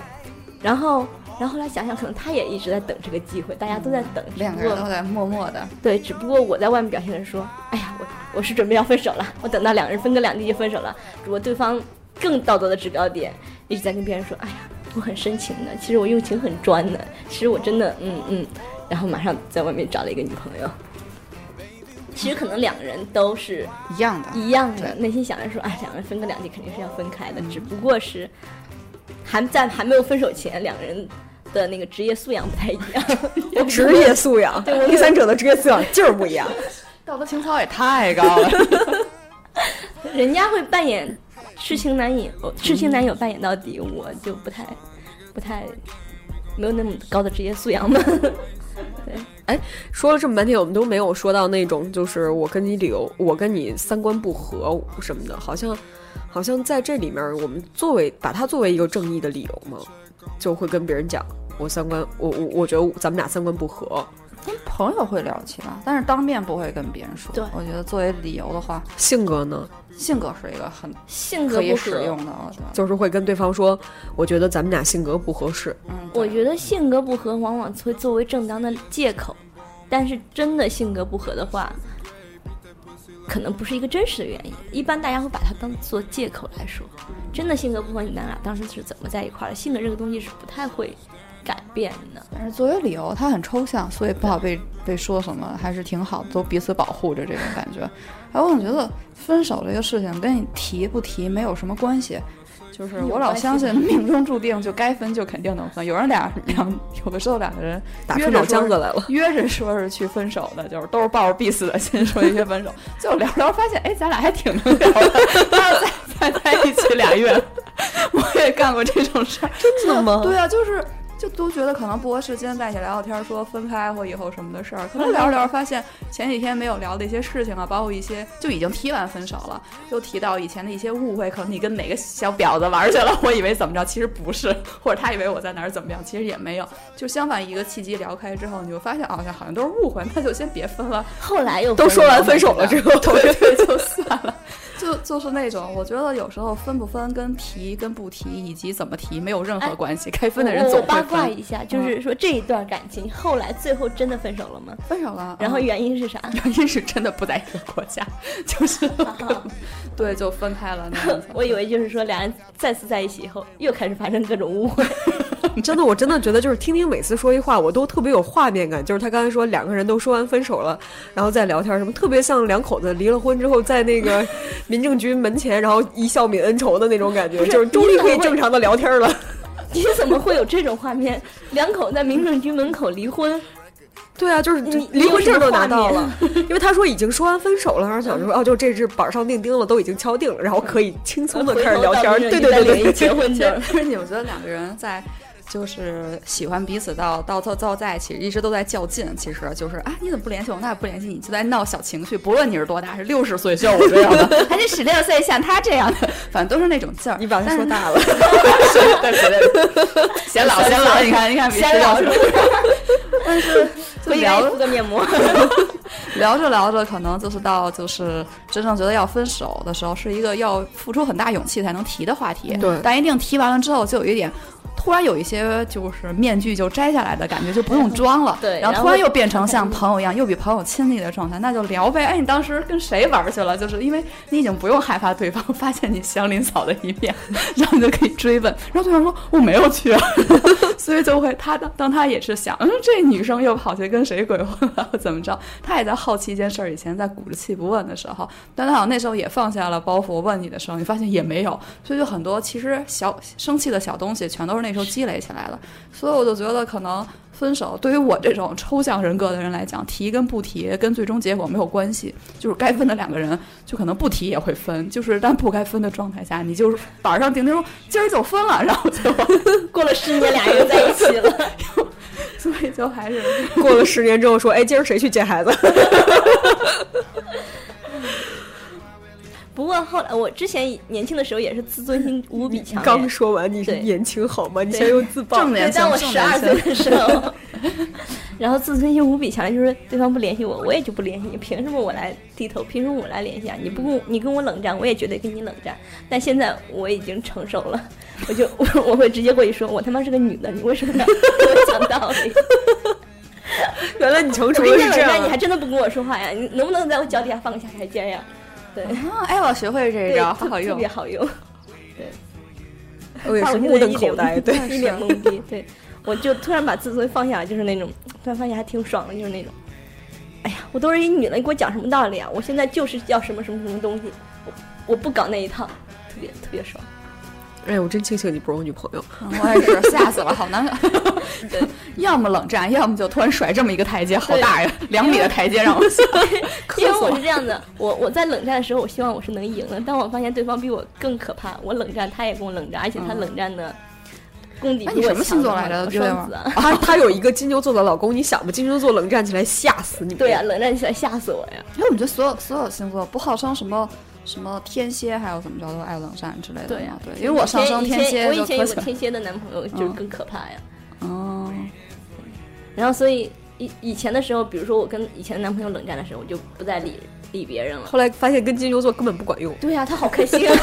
然后然后后来想想，可能他也一直在等这个机会，大家都在等，
嗯两个
只不
人
过
都在默默的。
对，只不过我在外面表现的说，哎呀，我我是准备要分手了，我等到两人分隔两地就分手了。只不过对方更道德的制高点，一直在跟别人说，哎呀，我很深情的，其实我用情很专的，其实我真的，嗯嗯。然后马上在外面找了一个女朋友。其实可能两个人都是
一样的，
一样的，内心想着说，哎，两个人分隔两地肯定是要分开的，只不过是还在还没有分手前，两个人的那个职业素养不太一样。 我
职业素养，第三者的职业素养就是不一样。
道德情操也太高了。
人家会扮演痴情男友，痴情男友扮演到底，我就不太不太没有那么高的职业素养嘛。
说了这么半天，我们都没有说到那种就是我跟你理由，我跟你三观不合什么的，好像好像在这里面，我们作为把它作为一个正义的理由嘛，就会跟别人讲我三观，我我我觉得咱们俩三观不合，
跟 朋友会聊起吧，但是当面不会跟别人说。
对
我觉得作为理由的话，
性格呢？
性格是一个很
性格
可嗯以
不
使
合，
用的，我觉得。
就是会跟对方说，我觉得咱们俩性格不合适。
嗯，
我
对
觉得性格不合往往会作为正当的借口，但是真的性格不合的话，可能不是一个真实的原因。一般大家会把它当做借口来说。真的性格不合，你们俩当时是怎么在一块儿的？性格这个东西是不太会改变的。
但是作为理由，它很抽象，所以不好被被说什么，还是挺好的，都彼此保护着这种感觉。哎，我总觉得分手这个事情跟你提不提没有什么关系，就是
有
我老
关系
相信 命中注定，就该分就肯定能分。有人俩两，有的时候两个人
打
约
出
着
脑
说
浆子来了。
约着说是去分手的，就是都是抱着必死的心说一些分手，最后聊着聊着发现，哎，咱俩还挺能聊的， 但是再再在一起俩月，我也干过这种事儿，真
的
嗯
吗
对啊，就是。就都觉得可能不合适，今天在一起聊聊天，说分开或以后什么的事儿，可能
嗯
聊着聊着发现前几天没有聊的一些事情啊，包括一些就已经提完分手了，又提到以前的一些误会，可能你跟哪个小婊子玩去了，我以为怎么着，其实不是，或者他以为我在哪儿怎么样，其实也没有，就相反一个契机聊开之后，你就发现好像好像都是误会，那就先别分 了，
后来又
都说完分手了之后，
对对，就算了，就就是那种，我觉得有时候分不分跟提跟不提以及怎么提没有任何关系，该分的
哎
人
我我
总
八
会
卦
分，
一下，
嗯
就是说这一段感情后来最后真的分手了吗？
分手了，
然后
嗯
原因是啥？。
原因是真的不在一个国家， 就是 对，就分开了那样 子
我以为就是说俩人再次在一起以后，又开始发生各种误会。
真的，我真的觉得就是听听每次说一话，我都特别有画面感。就是他刚才说两个人都说完分手了，然后再聊天，什么特别像两口子离了婚之后在那个民政局门前，然后一笑泯恩仇的那种感觉，就是终于可以正常的聊天了。
你怎么会有这种画面？两口在民政局门口离婚，
对啊，就是
你
离婚证都拿到
你有什
了， 因为他说已经说完分手了，然后想说哦，就这是板上钉钉了，都已经敲定了，然后可以轻松的
回
开始
头
聊
到
天儿。
民
对
政局
对
再
对
领
对
一结婚证。
而且我觉得两个人在就是喜欢彼此到到到到在一起，一直都在较劲。其实就是啊，你怎么不联系我？那也不联系你，就在闹小情绪。不论你是多大，是六十岁像我这样的， 还是十六岁像他这样的，反正都是那种劲儿。
你把他说大了，
但是显老显老，你看你看，比
先聊
谁
是
老
吧？
就
回
聊
来敷个面膜。
聊着聊着，可能就是到就是真正觉得要分手的时候，是一个要付出很大勇气才能提的话题。
对
但一定提完了之后，就有一点。突然有一些就是面具就摘下来的感觉，就不用装了。
对
然
然
后
后嗯
突然又变成像朋友一样，又比朋友亲密的状态，那就聊呗。哎，你当时跟谁玩去了？就是因为你已经不用害怕对方 发现你祥林嫂的一面， 然后你就可以追问。然后对方说我没有去、啊， 所以就会他当当他也是想，嗯，这女生又跑去跟谁鬼混了， 怎么着？他也在好奇一件事儿，以前在鼓着气不问的时候，但他好像那时候也放下了包袱，问你的时候，你发现也没有，所以就很多其实小生气的小东西，全都是那时候积累起来的。所以我就觉得，可能分手对于我这种抽象人格的人来讲，提跟不提跟最终结果没有关系，就是该分的两个人，就可能不提也会分，就是但不该分的状态下，你就是板上钉钉说今儿就分了，然后就。
过了十年，俩人又在一起了。
所以就还是
过了十年之后说，哎，今儿谁去接孩子？
不过后来，我之前年轻的时候也是自尊心无比强烈。
刚说完你是
对
年轻好吗？你
对
现在又自爆，
正
对，
年轻
当我
正
十二
年
岁
轻
的时候， 然后自尊心无比强烈，就是对方不联系我，我也就不联系你，凭什么我来低头？凭什么我来联系啊？你不跟我你跟我冷战，我也绝对跟你冷战。但现在我已经成熟了，我就我我会直接过去说，我他妈是个女的，你为什么要跟我讲道理？
原来你成熟
我
了
跟你
是
冷
这样
战，你还
啊。
真的不跟我说话呀？你能不能在我脚底下放个下台阶呀？对，
啊，哎，我学会这
对，
招，
特
好
特
用
别。好用。
我也
把
是
我现
目
在
瞪
一
口呆，
脸懵
对，
一脸懵逼，对，我就突然把自尊放下来，就是那种突然发现还挺爽的，就是那种，哎呀，我都是一女的，你给我讲什么道理啊？我现在就是要什么什么什么东西，我我不搞那一套，特别特别爽。
哎，我真庆幸你不是我女朋 友。
嗯我也是，吓死了，好难。 要么冷战，要么就突然甩这么一个台阶，好大呀，两米的台阶让我下，磕
因为
死
我是
我。
这样的，我我在冷战的时候，我希望我是能赢的，但我发现对方比我更可怕，我冷战，他也跟我冷战，而且他
嗯
冷战的功底
哎
比
你
我
什么
强
星座
的
来着
我
这位
双
吗
子啊。
她她有一个金牛座的老公，你想吧，金牛座冷战起来吓死你。
对啊呀、冷战起来吓死我呀！
因为我们觉得所有所有星座不号称什么什么天蝎，还有怎么着都爱冷战之类的嘛。
呀、
哦对，因为我上升
啊以前
天蝎
我
就嗯
以前
特
有
喜
个
欢。
天蝎的男朋友，就是更可怕呀。
哦，
嗯然后所以以以前的时候，比如说我跟以前的男朋友冷战的时候，我就不再理理别人了。
后来发现跟金牛座根本不管用。
对呀、他好开 心啊，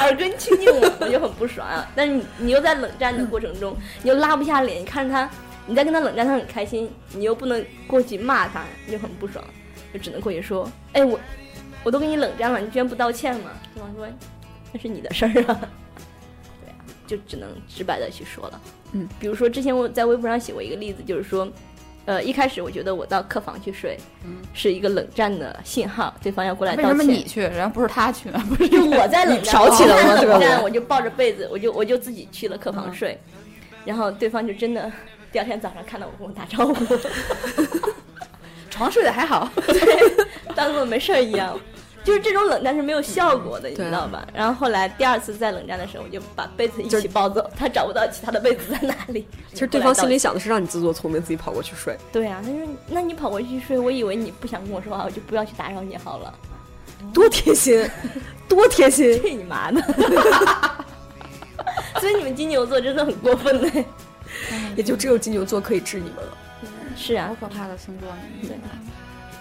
耳根清净我，我就很不爽啊。但是你你又在冷战的过程中，你又拉不下脸，你看着他，你在跟他冷战，他很开心，你又不能过去骂他，你就很不爽。就只能过去说，哎，我我都跟你冷战了，你居然不道歉吗？对方说，哎那是你的事儿啊。对啊，就只能直白的去说了。
嗯，
比如说之前我在微博上写过一个例子，就是说，呃，一开始我觉得我到客房去睡，是一个冷战的信号，对方要过来
嗯为
道
什么
歉。
你去，人家不是他去呢？不是
就我在冷战，
挑起来了
我在
对吧
冷战，我就抱着被子，我就我就自己去了
嗯
客房睡，然后对方就真的第二天早上看到我跟我打招呼，
床睡得还好，
当做没事儿一样。就是这种冷战是没有效果的，你
对啊
知道吧？然后后来第二次在冷战的时候，我就把被子一起抱走，他找不到其他的被子在哪里。
其实对方心里
里
想的是让你自作聪明，自己跑过去睡。
对啊，他说：“那你跑过去睡，我以为你不想跟我说话，我就不要去打扰你好了。
多贴心， 多贴”心！
去你 妈的！ 所以你们金牛座真的很过分嘞。
也就只有金牛座可以治你们了。
是啊
好，可怕的星座，你
对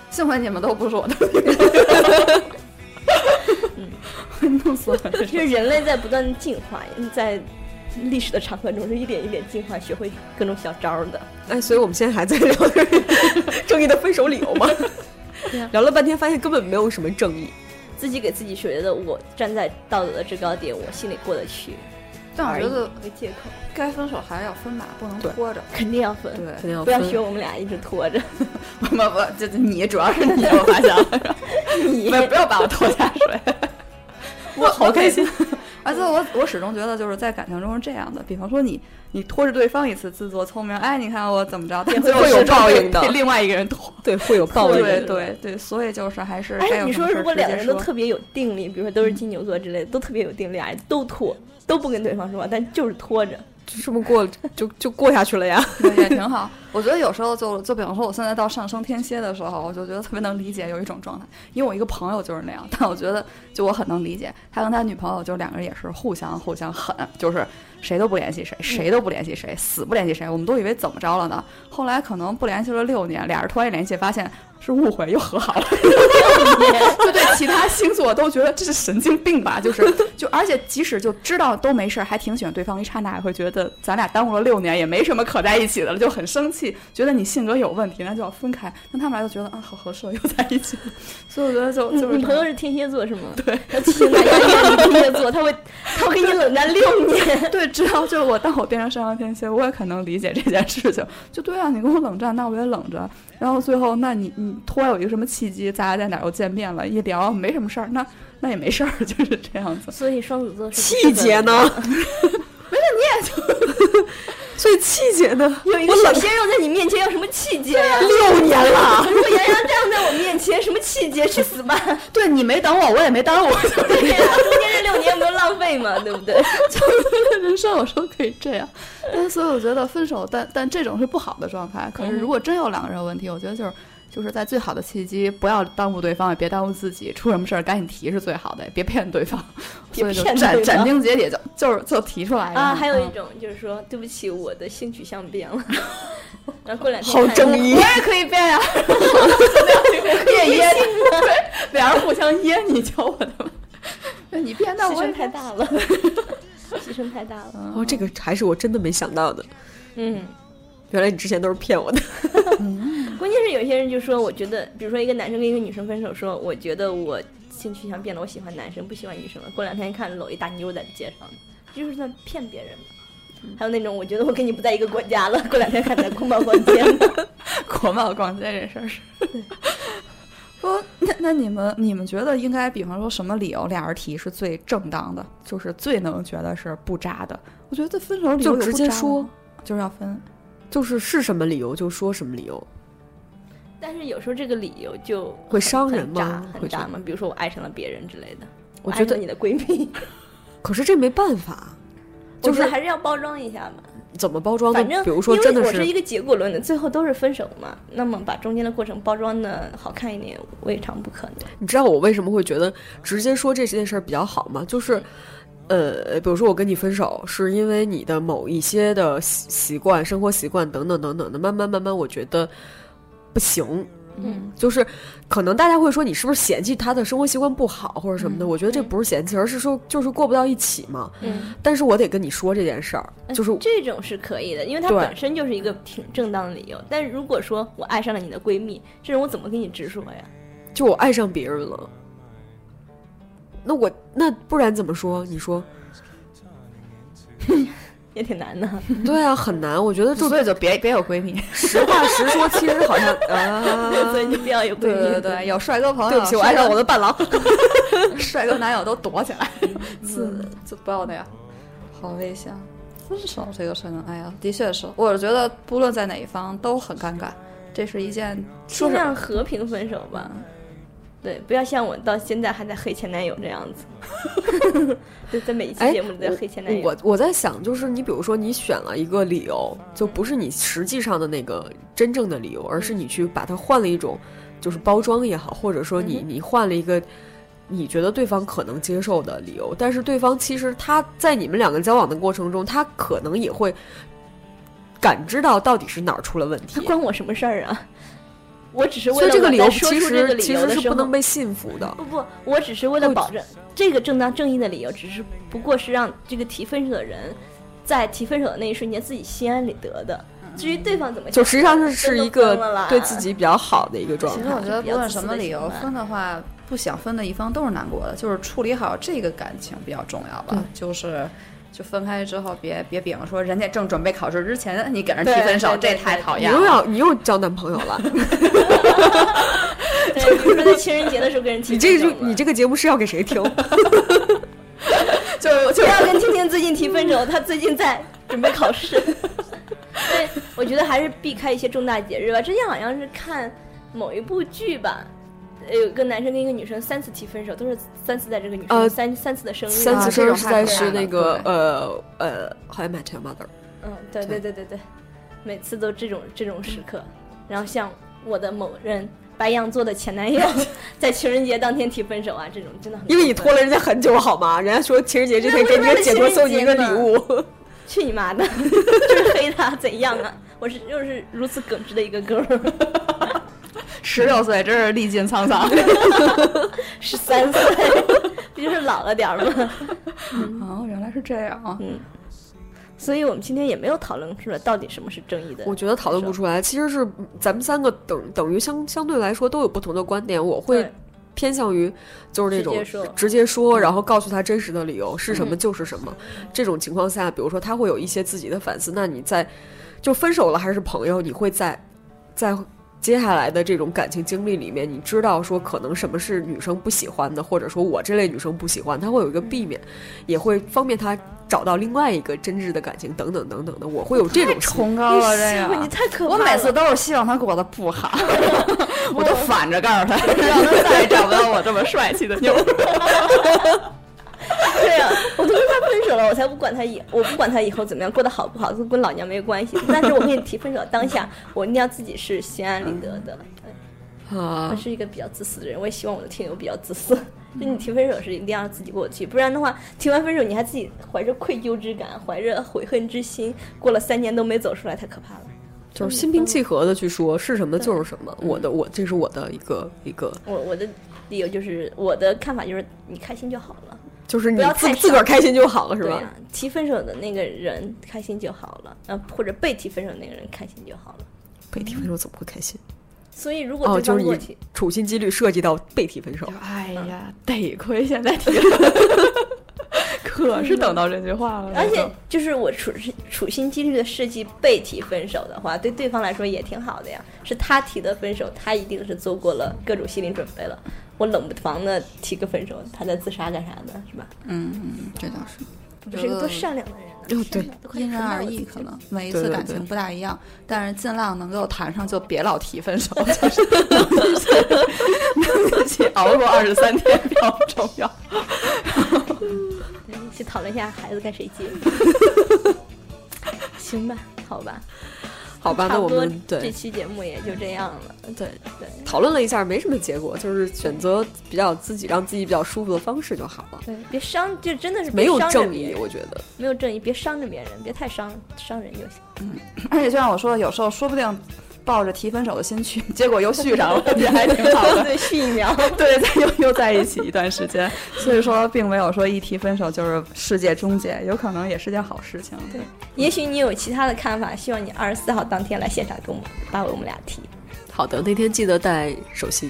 幸亏你们都不是我的，
弄死我了！这是
就是人类在不断的进化，在历史的长河中是一点一点进化，学会各种小招儿的。
哎，所以我们现在还在聊正义的分手理由吗？
啊
聊了半天，发现根本没有什么正义。
自己给自己觉得我站在道德的制高点，我心里过得去，
但我觉得
没借口，
该分手还是要分吧，不能
对
拖着。
肯定要分，
对，
肯定要
不要
分
学我们俩一直拖着。
不不不，这这你主要是你，我发现了，
你
不不要把我拖下水，我好开心。
而且我我始终觉得就是在感情中是这样的，比方说你你拖着对方一次自作聪明，哎，你看我怎么着，但
会
最后
会有
始终
报
被
应的
被另外一个人拖。
对，会有报
对
应。
对
的
对对，所以就是还是该
哎，
有
你
什么
说
事儿
如果
直接
两个人都
说
特别有定力，比如说都是金牛座之类的，都特别有定力，俩人都拖，都不跟对方说话，但就是拖着。
就这么过， 就就过下去了 呀。
对也挺好。我觉得有时候就就比方说，我现在到上升天蝎的时候，我就觉得特别能理解有一种状态，因为我一个朋友就是那样，但我觉得就我很能理解，他跟他女朋友就两个人也是互相互相狠，就是谁都不联系谁，谁都不联系谁，死不联系谁，我们都以为怎么着了呢？后来可能不联系了六年，俩人突然联系，发现是误会又和好了。就对其他星座都觉得这是神经病吧，就是就而且即使就知道都没事儿，还挺喜欢对方，一刹那也会觉得咱俩耽误了六年，也没什么可在一起的了，就很生气，觉得你性格有问题，那就要分开。那他们俩就觉得啊，好合适，又在一起了。所以我觉得就
嗯
你
就是
你
这
朋友
样
是天蝎座是吗？对，他天哪，要是天蝎座，他会他会给你冷战六年。
对，知道就是我，当我变成上升天蝎，我也很能理解这件事情。就对啊，你跟我冷战，那我也冷着。然后最后，那你你突然有一个什么契机，咱俩在哪儿又见面了，一聊没什么事儿，那那也没事儿， 就是这样子。
所以双子座是不
气
适合
节
冷
呢？ 没事，你也就。 所以气节呢？
有一个小鲜肉在你面前要什么气节呀、
啊六年了，
如果洋洋这样在我面前，什么气节？去死 吧！
对你没等我，我也 没耽误。
对呀、中间这六年有没有浪费嘛？对不 对？啊
人生有时候可以这 样，但所以我觉得分手，但但这种是不好的状态。可
嗯
是如果真有两个人有问题，我觉得就是就是在最好的契机，不要耽误对方，也别耽误自己。出什么事儿赶紧提是最好的，也别骗对方。
别
所以就
骗对
斩
方
斩钉截铁就就是就提出
哎
来
啊，还有一
嗯
种就是说，对不起，我的性取向变了。 然后过两天
好
看
正义
我。也可 以变呀、变耶，俩人互相噎，你教我的 吗？你变，那
牺
我也
牲太大了，牺牲太大了。
哦，这个还是我真的没想到的。
嗯，
原来你之前都是骗我的。
关键是有些人就说，我觉得，比如说一个男生跟一个女生分手，说我觉得我性取向变了，我喜欢男生，不喜欢女生了。过两天一看搂一大妞在街上，就是在骗别人嘛。
嗯
还有那种，我觉得我跟你不在一个国家了，过两天还在空逛逛街呢。
国贸逛街这事儿是。说那那你们你们觉得应该，比方说什么理由俩人提是最正当的，就是最能觉得是不渣的？我觉得分手理由
就
有
直
不
接
渣的
说
吗，就是要分。
就是是什么理由就说什么理由，
但是有时候这个理由就
会伤人
很渣
吗？，
很
会
渣
觉得
嘛。比如说我爱上了别人之类的，
我
爱
觉
上
得
你的闺蜜，
可是这没办法，
我
就
觉
是
得还是要包装一下嘛。
怎么包装呢
反？正
比如说，
因为
真的
我是一个结果论的，最后都是分手嘛。那么把中间的过程包装的好看一点，未尝不可能。
你知道我为什么会觉得直接说这件事儿比较好吗？就是，呃，比如说我跟你分手，是因为你的某一些的习习惯、生活习惯等等等等的，慢慢慢慢，我觉得不行。
嗯，
就是可能大家会说你是不是嫌弃他的生活习惯不好或者什么的？我觉得这不是嫌弃，而是说就是过不到一起嘛。
嗯，
但是我得跟你说这件事儿，就是
这种是可以的，因为它
对
本身就是一个挺正当的理由。但如果说我爱上了你的闺蜜，这种我怎么跟你直说呀？
就我爱上别人了，那我那不然怎么说？你 说
也挺难的。
对啊，很难。我觉得这
所以就别别有闺蜜。
实话实说，其实好 像啊，
所以就不要有闺
对
蜜。
对对，有帅哥朋友，
对不起，我爱上我的伴郎。
的 帅哥男友都躲 起来，自自爆的呀，好危险。分手这个事情，哎呀，的确是，我是觉得不论在哪一方都很尴尬，这是一件
尽量和平分手吧。对，不要像我到现在还在黑前男友这样子。 对，在每一期
哎
节目都在黑前男友。
我我在想，就是你比如说你选了一个理由，就不是你实际上的那个真正的理由，而
嗯
是你去把它换了一种，就是包装也好，或者说
嗯
你你换了一个。你觉得对方可能接受的理由，但是对方其实他在你们两个交往的过程中，他可能也会感知到到底是哪儿出了问题
他。关我什么事儿啊？我只是为
所
了
以这个
我
理由
在说
其
出这个
实
理
其
由
实
的
是
时
不
候嗯
能被信服的。
不不，我只是为了
我
保证这个正当正义的理由，只是不过是让这个提分手的人在提分手的那一瞬间自己心安理得的。至于对方怎么
就
想
实际上是是一
真的分了
个
啦
对自己比较好的一个状
其实
态
我。觉得
比较
不论
自
什
私
么
的
理
行
由
为
分的话，不想分的一方都是难过的，就是处理好这个感情比较重要吧。就是就分开之后别，别秉着说人家正准备考试之前你给人提
对
分手，
对
这
对
太
对
讨
你
厌
又
了。
要你又交男朋友了，
对，比如说在情人节的时候跟人提
你这
分手
个
了，
就你这个节目是要给谁 听？
就就
不要跟天天最近提分手，他最近在准备考试。 对，我觉得还是避开一些重大节日吧。之前好像是看某一部剧吧，呃有个男生跟一个女生三次提分手，都是三次在这个女生、
呃
三三次的生 日。
三次
啊
生
这
日
种
是
太
在
可
是
怕
那
了
个呃呃《How I Met Your Mother》，
嗯，对对对对对，每次都这种这种时刻。然后像我的某人白羊座的前 男友，在情人节当天提分手啊，这种真的很
因为你
过
拖了人家很久好吗？人家说情人节这天给你
那
个
为
姐
什
夫
么
送你一个
情人
礼
节
物，
分去你妈的， 就是黑他怎样啊？我是又是如此耿直的一个 girl。
十六岁真是历尽沧桑。
十三岁， 不就是老了点儿吗？
哦，原来是这样啊！
嗯，所以我们今天也没有讨论出来到底什么是正义的。
我觉得讨论不出来。其实是咱们三个等等于相相对来说都有不同的观点，我会
对
偏向于就是那
直
种
接说嗯
直接说，然后告诉他真实的理由是什么就是什么。这种情况下，比如说他会有一些自己的反思，那你在就分手了还是朋友，你会在在接下来的这种感情经历里面，你知道说可能什么是女生不喜欢的，或者说我这类女生不喜欢，他会有一个避
嗯
免，也会方便他找到另外一个真挚的感情等等等等的，我会有这种情
崇高了这
你
样，
太可怕
我
了！
每次都是希望他过得 不好，
我就反着告诉 他，让他再也找不到我这么帅气的 妞。
对啊， 我都跟他分手了，我才不管他以，我不管他以后怎么样过得好不好，都跟老娘没关系。但是我跟你提分手当下，我一定要自己是心安理得的。对我
啊。
是一个比较自私的人，我也希望我的听友比较自私。 就你提分手时一定要自己过去，不然的话，提完分手你还自己怀着愧疚之感，怀着悔恨之心，过了三年都没走出来，太可怕了。
就是心平气和的去说是什么就是什么，我的我这是我的一个一个，
我我的理由就是我的看法就是你开心就好了，
就是你
不要
自
太
自个儿
伤
开心就好了，是
对
吧？
呀、提分手的那个人开心就好了，呃，或者被提分手的那个人开心就好了。
被提分手怎么会开心？
所以如果
哦，
对
就
方
是
过
你
去，
处心积虑涉及到被提分手，嗯
哎呀，得亏现在提了， 可是等到这句话了。
而
嗯
且就是我处心处心积虑的设计被提分手的话，对对方来说也挺好的呀。是他提的分手，他一定是做过了各种心理准备了。我冷不防的提个分手，他在自杀干啥呢？是吧？
嗯，这倒是。
我是一个多善良的人啊！
哦对
天哪，都快
因人
看到
而
我自
异，
己
可
了
能每一
对
次
对
感
对
情不大一样，但是尽量能够谈上就别老提 分手，
自己熬过二十三天比较重要。
对一起讨论一下孩子该谁 接。行吧，好吧，
好吧？
差
那
不
我
多
们
这
对
期节目也就这样了。对对
讨论了一下，没什么结果，就是选择比较自己让自己比较舒服的方式就好了，
对，别伤，就真的是别
没有
伤着
正
别
义，
人
我觉得。
没有正义，别伤着别人，别太伤伤人就行。
而且就像我说的，有时候说不定抱着提分手的心去，结果又续上了，
也还挺好的。
对，续一秒。
对，再又又在一起一段时间，所以说并没有说一提分手就是世界终结，有可能也是件好事情。对，
也许你有其他的看法，希望你二十四号当天来现场跟我们把我们俩提。
好的，那天记得带手信。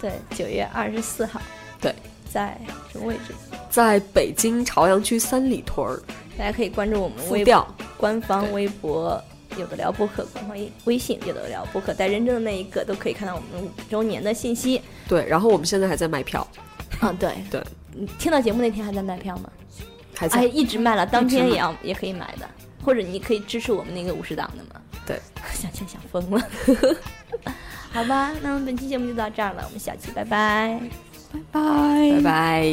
对，九月二十四号，
对，
在什么位置？
在北京朝阳区三里屯儿
大家可以关注我们
复
微
调，
官方
对
微博“有的聊播客”官方微微信“有的聊播客”，在认证的那一个都可以看到我们五周年的信息。
对，然后我们现在还在卖票，
嗯，对
对，
你听到节目那天还在卖票吗？
还在、
哎，一直卖了，当天也要也可以买的，或者你可以支持我们那个五十档的嘛。
对，
想钱想疯了。好吧，那么本期节目就到这儿了，我们下期拜拜。
拜拜。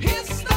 It's the